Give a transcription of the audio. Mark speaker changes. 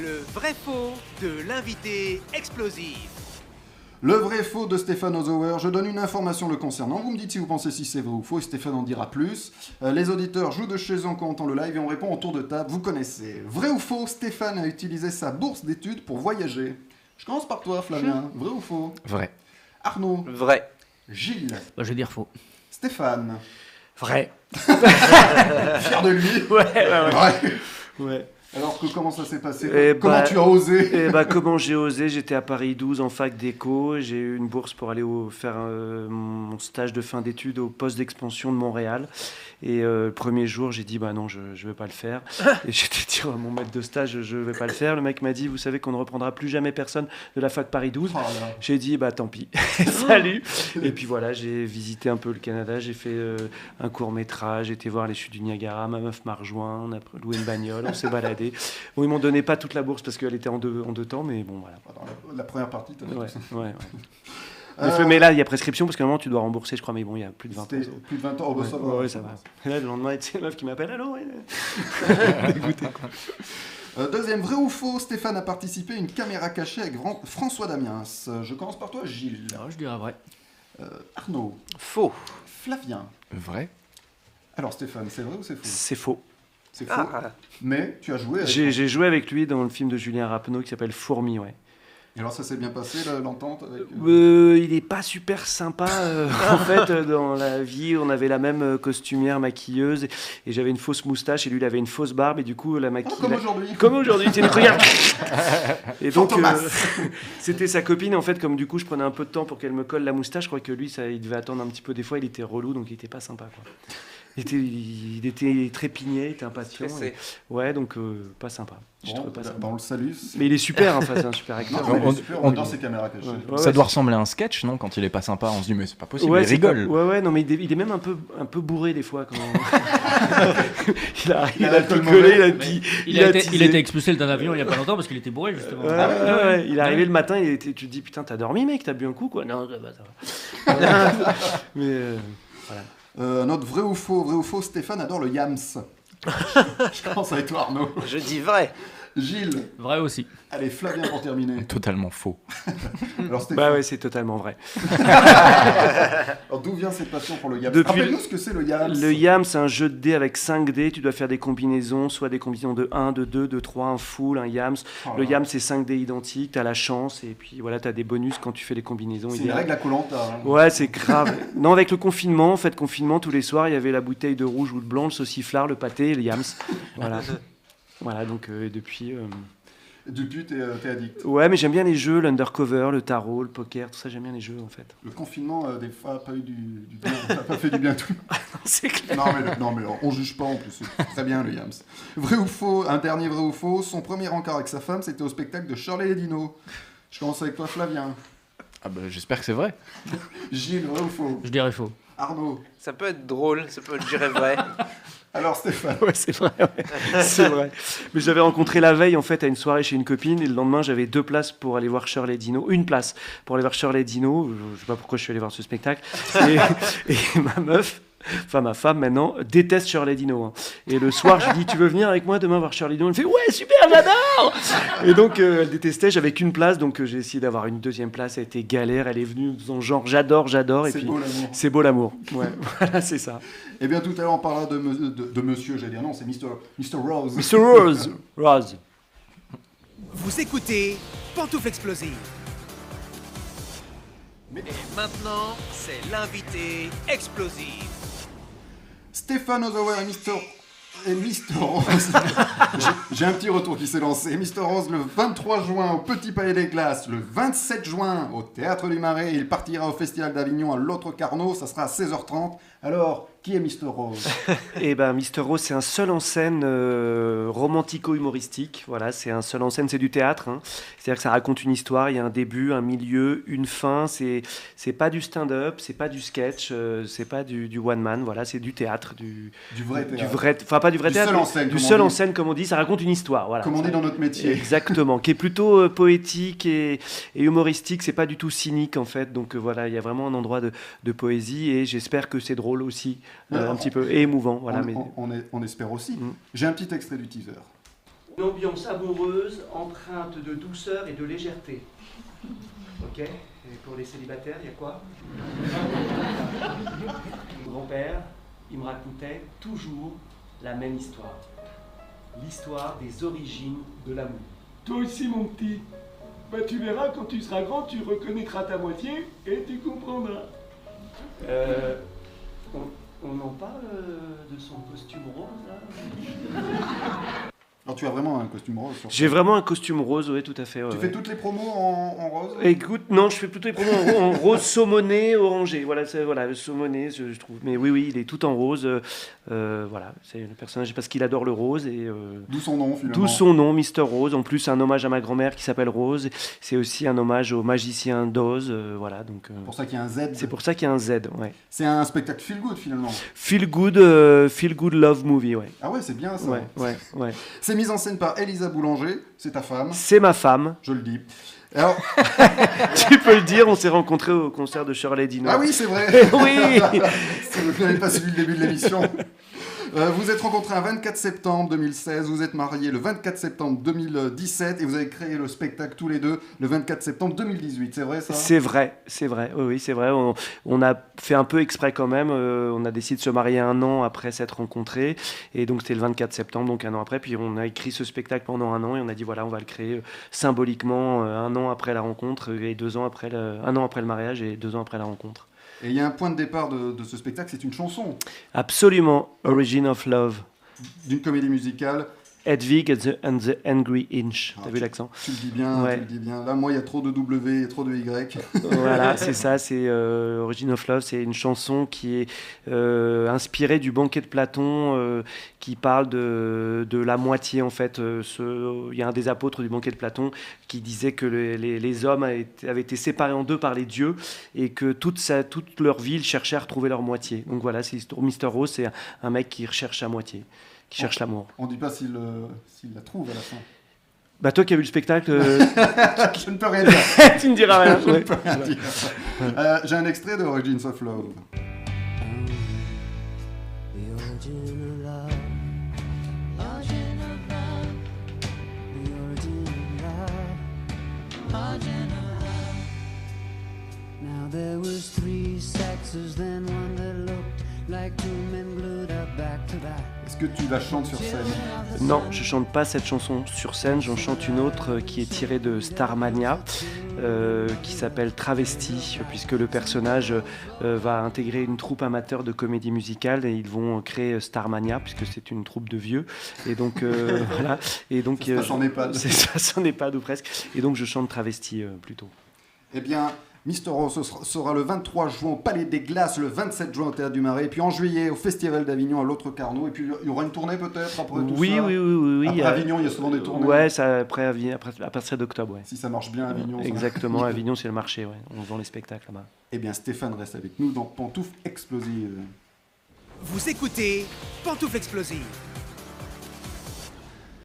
Speaker 1: Le vrai faux de l'invité explosif.
Speaker 2: Le vrai faux de Stéphane Ozauer, je donne une information le concernant. Vous me dites si vous pensez si c'est vrai ou faux, et Stéphane en dira plus. Euh, les auditeurs jouent de chez eux en commentant le live et on répond en tour de table. Vous connaissez. Vrai ou faux, Stéphane a utilisé sa bourse d'études pour voyager. Je commence par toi, Flavien. Vrai ou faux
Speaker 3: Vrai.
Speaker 2: Arnaud,
Speaker 4: Vrai.
Speaker 2: Gilles,
Speaker 3: Bah, je vais dire faux.
Speaker 2: Stéphane.
Speaker 3: Vrai.
Speaker 2: Fier de lui.
Speaker 3: Ouais, ouais,
Speaker 2: Ouais.
Speaker 3: ouais.
Speaker 2: Alors que comment ça s'est passé
Speaker 4: Eh
Speaker 2: Comment
Speaker 4: bah,
Speaker 2: tu as osé
Speaker 4: Et bah comment j'ai osé, j'étais à Paris 12 en fac d'éco, j'ai eu une bourse pour aller au- faire euh, mon stage de fin d'études au poste d'expansion de Montréal. Et euh, le premier jour, j'ai dit bah non, je ne vais pas le faire. Et j'étais dit à mon maître de stage, je ne vais pas le faire. Le mec m'a dit, vous savez qu'on ne reprendra plus jamais personne de la fac Paris 12.
Speaker 2: Oh là là.
Speaker 4: J'ai dit bah tant pis, salut. Et puis voilà, j'ai visité un peu le Canada, j'ai fait euh, un court métrage, j'ai été voir les chutes du Niagara, ma meuf m'a rejoint, on a loué une bagnole, on s'est baladé. Bon, ils m'ont donné pas toute la bourse parce qu'elle était en deux, en deux temps, mais bon voilà.
Speaker 2: Dans la, la première partie, t'as fait
Speaker 4: Ouais,
Speaker 2: tout ça.
Speaker 4: ouais, ouais.
Speaker 2: Euh,
Speaker 4: Mais, mais là, il y a prescription parce qu'à un moment, tu dois rembourser, je crois, mais bon, il y a plus de 20 ans.
Speaker 2: C'était plus de 20 ans. Oh, bah,
Speaker 4: Ouais,
Speaker 2: ça va.
Speaker 4: ouais, ouais, ça va. Et là, le lendemain, c'est une meuf qui m'appelle, allô ouais,
Speaker 2: Euh, deuxième, vrai ou faux, Stéphane a participé à une caméra cachée avec Vran- François Damiens. Euh, Je commence par toi, Gilles.
Speaker 3: Alors, je dirais vrai.
Speaker 2: Arnaud,
Speaker 4: Faux.
Speaker 2: Flavien.
Speaker 5: Vrai
Speaker 2: Alors Stéphane, c'est vrai ou c'est faux
Speaker 4: C'est faux.
Speaker 2: C'est faux. Mais tu as joué. avec-
Speaker 4: J'ai j'ai joué avec lui dans le film de Julien Rapneau qui s'appelle Fourmi, ouais.
Speaker 2: Et alors ça s'est bien passé le- l'entente avec. euh,
Speaker 4: Euh, il est pas super sympa. euh, en fait, euh, dans la vie, on avait la même euh, costumière maquilleuse et, et j'avais une fausse moustache et lui, il avait une fausse barbe et du coup, la
Speaker 2: ah,
Speaker 4: maquille.
Speaker 2: comme
Speaker 4: la-
Speaker 2: aujourd'hui.
Speaker 4: comme aujourd'hui, tu sais, regarde. Et donc,
Speaker 2: Fantomas.
Speaker 4: euh, c'était sa copine. En fait, comme du coup, je prenais un peu de temps pour qu'elle me colle la moustache. Je crois que lui, ça, il devait attendre un petit peu. Des fois, il était relou, donc il était pas sympa. Quoi. Il était, il était trépigné, il était impatient.
Speaker 6: Stressé.
Speaker 4: et- Ouais, donc euh, pas sympa. Je
Speaker 2: Bon,
Speaker 4: trouvais pas
Speaker 2: bah,
Speaker 4: sympa.
Speaker 2: bah, on le salue. c'est-
Speaker 4: Mais il est super, hein, enfin, c'est un super
Speaker 2: Non,
Speaker 4: acteur.
Speaker 2: mais
Speaker 5: On-
Speaker 2: il est super, on,
Speaker 5: on-
Speaker 2: adore ces caméras cachées.
Speaker 4: Ouais. Ouais,
Speaker 5: Ça
Speaker 4: ouais,
Speaker 5: doit ressembler à un sketch, non Quand il est pas sympa, on se dit mais c'est pas possible, il
Speaker 4: c'est
Speaker 5: rigole.
Speaker 4: comme- ouais, ouais, non, mais il est, il est même un peu, un peu bourré des fois. Quand il a,
Speaker 2: Il
Speaker 4: il
Speaker 2: a
Speaker 4: a,
Speaker 2: l'alcool
Speaker 4: picolé,
Speaker 2: mauvais.
Speaker 4: il a dit.
Speaker 3: Il,
Speaker 4: Il
Speaker 3: a
Speaker 4: a
Speaker 3: été,
Speaker 4: teasé.
Speaker 3: il Ah a été expulsé d'un avion il y a pas longtemps parce qu'il était bourré, justement.
Speaker 4: Ouais, ouais, ouais, Il est arrivé le matin, il était, tu te dis putain, t'as dormi, mec, t'as bu un coup, quoi. Non, ça va, ça va. mais euh,
Speaker 2: Euh, notre vrai ou faux, vrai ou faux, Stéphane adore le yams. je commence avec toi Arnaud.
Speaker 6: Je dis vrai.
Speaker 2: Gilles,
Speaker 3: Vrai aussi.
Speaker 2: allez Flavien pour terminer.
Speaker 5: Totalement faux.
Speaker 2: Alors Stéphane,
Speaker 4: bah ouais, c'est totalement vrai.
Speaker 2: alors, d'où vient cette passion pour le yams
Speaker 4: Depuis-
Speaker 2: Rappelle-nous ce que Ah, c'est le yams.
Speaker 4: Le YAM, c'est un jeu de dés avec 5 dés. Tu dois faire des combinaisons, soit des combinaisons de 1, de 2, de 3, un full, un YAMS.
Speaker 2: Oh là
Speaker 4: Le
Speaker 2: là.
Speaker 4: YAM, c'est 5 dés identiques. T'as la chance, et puis voilà, t'as des bonus quand tu fais les combinaisons.
Speaker 2: C'est une
Speaker 4: idéales.
Speaker 2: règle à Colanta. hein.
Speaker 4: Ouais, c'est grave. non, avec le confinement, en fait, confinement, tous les soirs, il y avait la bouteille de rouge ou de blanc, le sauciflard, le pâté et le yams. Voilà. Voilà, donc euh, depuis. euh,
Speaker 2: Depuis, t'es euh, t'es addict.
Speaker 4: Ouais, mais j'aime bien les jeux, l'undercover, le tarot, le poker, tout ça, j'aime bien les jeux, en fait.
Speaker 2: Le confinement, euh, des fois, a pas eu du, du bien, a pas fait du bien à tout.
Speaker 4: c'est clair.
Speaker 2: Non mais, non, mais on juge pas en plus. C'est Très bien le Yams. Vrai ou faux Un dernier vrai ou faux Son premier encart avec sa femme, c'était au spectacle de Shirley et Dino. Je commence avec toi, Flavien.
Speaker 5: Ah bah, j'espère que c'est vrai.
Speaker 2: Gilles, vrai ou faux
Speaker 3: Je dirais faux.
Speaker 2: Arnaud.
Speaker 6: Ça peut être drôle, ça peut être, je dirais vrai.
Speaker 2: Alors Stéphane.
Speaker 4: Ouais, c'est vrai, ouais. c'est vrai. Mais j'avais rencontré la veille, en fait, à une soirée chez une copine, et le lendemain, j'avais deux places pour aller voir Shirley Dino, une place pour aller voir Shirley Dino, je sais pas pourquoi je suis allé voir ce spectacle, et, et ma meuf, enfin ma femme maintenant, déteste Shirley Dino. hein. Et le soir, je lui dis, tu veux venir avec moi demain voir Shirley Dino Elle me fait, ouais, super, j'adore Et donc, euh, elle détestait, j'avais qu'une place, donc euh, j'ai essayé d'avoir une deuxième place, ça a été galère, elle est venue en faisant genre, j'adore, j'adore, et
Speaker 2: C'est
Speaker 4: puis...
Speaker 2: beau l'amour.
Speaker 4: C'est beau l'amour. Ouais, voilà, c'est ça.
Speaker 2: Eh bien, tout à l'heure, on parlera de, me- de, de monsieur, j'allais dire non, c'est Mr. Mr. Rose.
Speaker 4: Mr. Rose. Rose.
Speaker 1: Vous écoutez Pantoufle Explosive. Et maintenant, c'est l'invité explosif.
Speaker 2: Stéphane Ozower et Mr. Et Mr. Rose. J'ai- J'ai un petit retour qui s'est lancé. Mr. Rose, le 23 juin au Petit Palais des Glaces, le 27 juin au Théâtre du Marais, il partira au Festival d'Avignon à l'autre Carnot, ça sera à 16h30. Alors, qui est Mr. Rose
Speaker 4: Eh ben, Mister Rose, c'est un seul en scène euh, romantico-humoristique. Voilà, c'est un seul en scène, c'est du théâtre. hein. C'est-à-dire que ça raconte une histoire, il y a un début, un milieu, une fin. C'est c'est pas du stand-up, c'est pas du sketch, euh, c'est pas du, du one man. Voilà, c'est du théâtre, du,
Speaker 2: Du vrai
Speaker 4: du
Speaker 2: théâtre.
Speaker 4: vrai, enfin pas du vrai
Speaker 2: Du
Speaker 4: théâtre,
Speaker 2: seul en
Speaker 4: mais
Speaker 2: scène,
Speaker 4: du
Speaker 2: comme on
Speaker 4: seul en
Speaker 2: dit.
Speaker 4: scène, comme on dit. Ça raconte une histoire. Voilà.
Speaker 2: Comme on dit dans notre métier.
Speaker 4: Exactement, qui est plutôt euh, poétique et, et humoristique, c'est pas du tout cynique en fait. Donc euh, voilà, il y a vraiment un endroit de, de poésie et j'espère que c'est drôle aussi, euh,
Speaker 2: Ouais,
Speaker 4: un
Speaker 2: on-
Speaker 4: petit peu, et émouvant. Voilà,
Speaker 2: on,
Speaker 4: mais...
Speaker 2: on- on est- on espère aussi.
Speaker 4: Mm.
Speaker 2: J'ai un petit extrait du teaser.
Speaker 7: Une ambiance amoureuse, empreinte de douceur et de légèreté. Ok Et pour les célibataires, il y a quoi Mon grand-père, il me racontait toujours la même histoire. L'histoire des origines de l'amour.
Speaker 8: Toi aussi, mon petit. Bah, tu verras, quand tu seras grand, tu reconnaîtras ta moitié et tu comprendras.
Speaker 7: Euh, on, on en parle euh, de son costume rose, là
Speaker 2: Alors tu as vraiment un costume rose sur
Speaker 4: J'ai vraiment un costume rose, oui, tout à fait. ouais,
Speaker 2: Tu
Speaker 4: ouais.
Speaker 2: fais toutes les promos en, en rose
Speaker 4: Écoute, non, je fais plutôt les promos en, en rose saumonné, orangé. Voilà, c'est- voilà le saumonné, je, je trouve. Mais oui, oui, il est tout en rose. euh, euh, voilà, c'est le personnage parce qu'il adore le rose et. euh,
Speaker 2: D'où son nom finalement.
Speaker 4: D'où son nom, Mister Rose. En plus, un hommage à ma grand-mère qui s'appelle Rose. C'est aussi un hommage au magicien d'Oz. euh, voilà, donc euh,
Speaker 2: C'est pour ça qu'il y a un Z.
Speaker 4: c'est pour ça qu'il y a un Z. Ouais.
Speaker 2: C'est un spectacle feel good finalement.
Speaker 4: Feel good, euh, feel good love movie. Ouais.
Speaker 2: Ah ouais, c'est bien ça.
Speaker 4: Ouais, ouais, ouais.
Speaker 2: C'est mis en scène par Elisa Boulanger, c'est ta femme,
Speaker 4: C'est ma femme.
Speaker 2: je le dis. Alors,
Speaker 4: Tu peux le dire. On s'est rencontrés au concert de Shirley Dino.
Speaker 2: ah oui, c'est vrai.
Speaker 4: oui.
Speaker 2: Si vous n'avez pas suivi le début de l'émission. Euh, vous êtes rencontrés un 24 septembre 2016, vous êtes mariés le 24 septembre 2017 et vous avez créé le spectacle tous les deux le 24 septembre 2018, c'est vrai ça
Speaker 4: C'est vrai, c'est vrai, oui, oui, c'est vrai. On, on a fait un peu exprès quand même. euh, on a décidé de se marier un an après s'être rencontrés. Et donc c'était le 24 septembre, donc un an après. Puis on a écrit ce spectacle pendant un an et on a dit voilà, on va le créer euh, symboliquement euh, un an après la rencontre euh, et deux ans après le, un an après le mariage et deux ans après la rencontre.
Speaker 2: Et il y a un point de départ de, de ce spectacle, c'est une chanson
Speaker 4: Absolument, Origin of Love.
Speaker 2: d'une comédie musicale.
Speaker 4: Hedwig and the, and the Angry Inch.
Speaker 2: Ah,
Speaker 4: T'as vu l'accent
Speaker 2: Tu le dis bien,
Speaker 4: Ouais.
Speaker 2: tu le dis bien. Là, moi, il y a trop de W et trop de Y.
Speaker 4: Voilà, c'est ça, c'est euh, Origin of Love, c'est une chanson qui est euh, inspirée du banquet de Platon, euh, qui parle de, de la moitié en fait. Euh, ce- Il y a un des apôtres du banquet de Platon qui disait que les, les- les hommes avaient été- avaient été séparés en deux par les dieux et que toute, sa, toute leur vie, ils cherchaient à retrouver leur moitié. Donc voilà, c'est l'histoire- Mr. Rose, c'est un, un mec qui recherche sa moitié, qui cherche l'amour.
Speaker 2: On dit pas s'il euh, s'il la trouve à la fin.
Speaker 4: Bah toi qui as vu le spectacle, euh,
Speaker 2: Je ne peux rien dire.
Speaker 4: tu me diras rien.
Speaker 2: Je ne
Speaker 4: ouais.
Speaker 2: peux rien dire. Euh, J'ai un extrait de Origins of Love.
Speaker 9: Now there was three sexes, then one that looked like two men glued up back to back.
Speaker 2: Est-ce que tu la chantes sur scène
Speaker 4: Non, je chante pas cette chanson sur scène, j'en chante une autre euh, qui est tirée de Starmania, euh, qui s'appelle Travesti, euh, puisque le personnage euh, va intégrer une troupe amateur de comédie musicale et ils vont créer euh, Starmania, puisque c'est une troupe de vieux. Et donc, euh, voilà. Et donc, euh,
Speaker 2: Ça se passe en EHPAD.
Speaker 4: c'est ça, ça n'est pas de presque. Et donc, je chante Travesti euh, plutôt.
Speaker 2: Eh bien, Mister Rose ce sera- sera le 23 juin au Palais des Glaces, le 27 juin au Théâtre du Marais, et puis en juillet au Festival d'Avignon à l'autre Carnot, et puis il y aura une tournée peut-être après tout
Speaker 4: Oui, oui,
Speaker 2: ça
Speaker 4: oui, oui, oui.
Speaker 2: Après
Speaker 4: euh,
Speaker 2: Avignon, il y a souvent des tournées.
Speaker 4: Ouais, ça, après, Avi- après- à partir d'octobre, ouais.
Speaker 2: Si ça marche bien à Avignon. ça-
Speaker 4: Exactement, Avignon, c'est le marché, ouais. On vend les spectacles là-bas.
Speaker 2: Eh bien, Stéphane reste avec nous dans Pantoufles Explosives.
Speaker 1: Vous écoutez Pantoufle Explosive.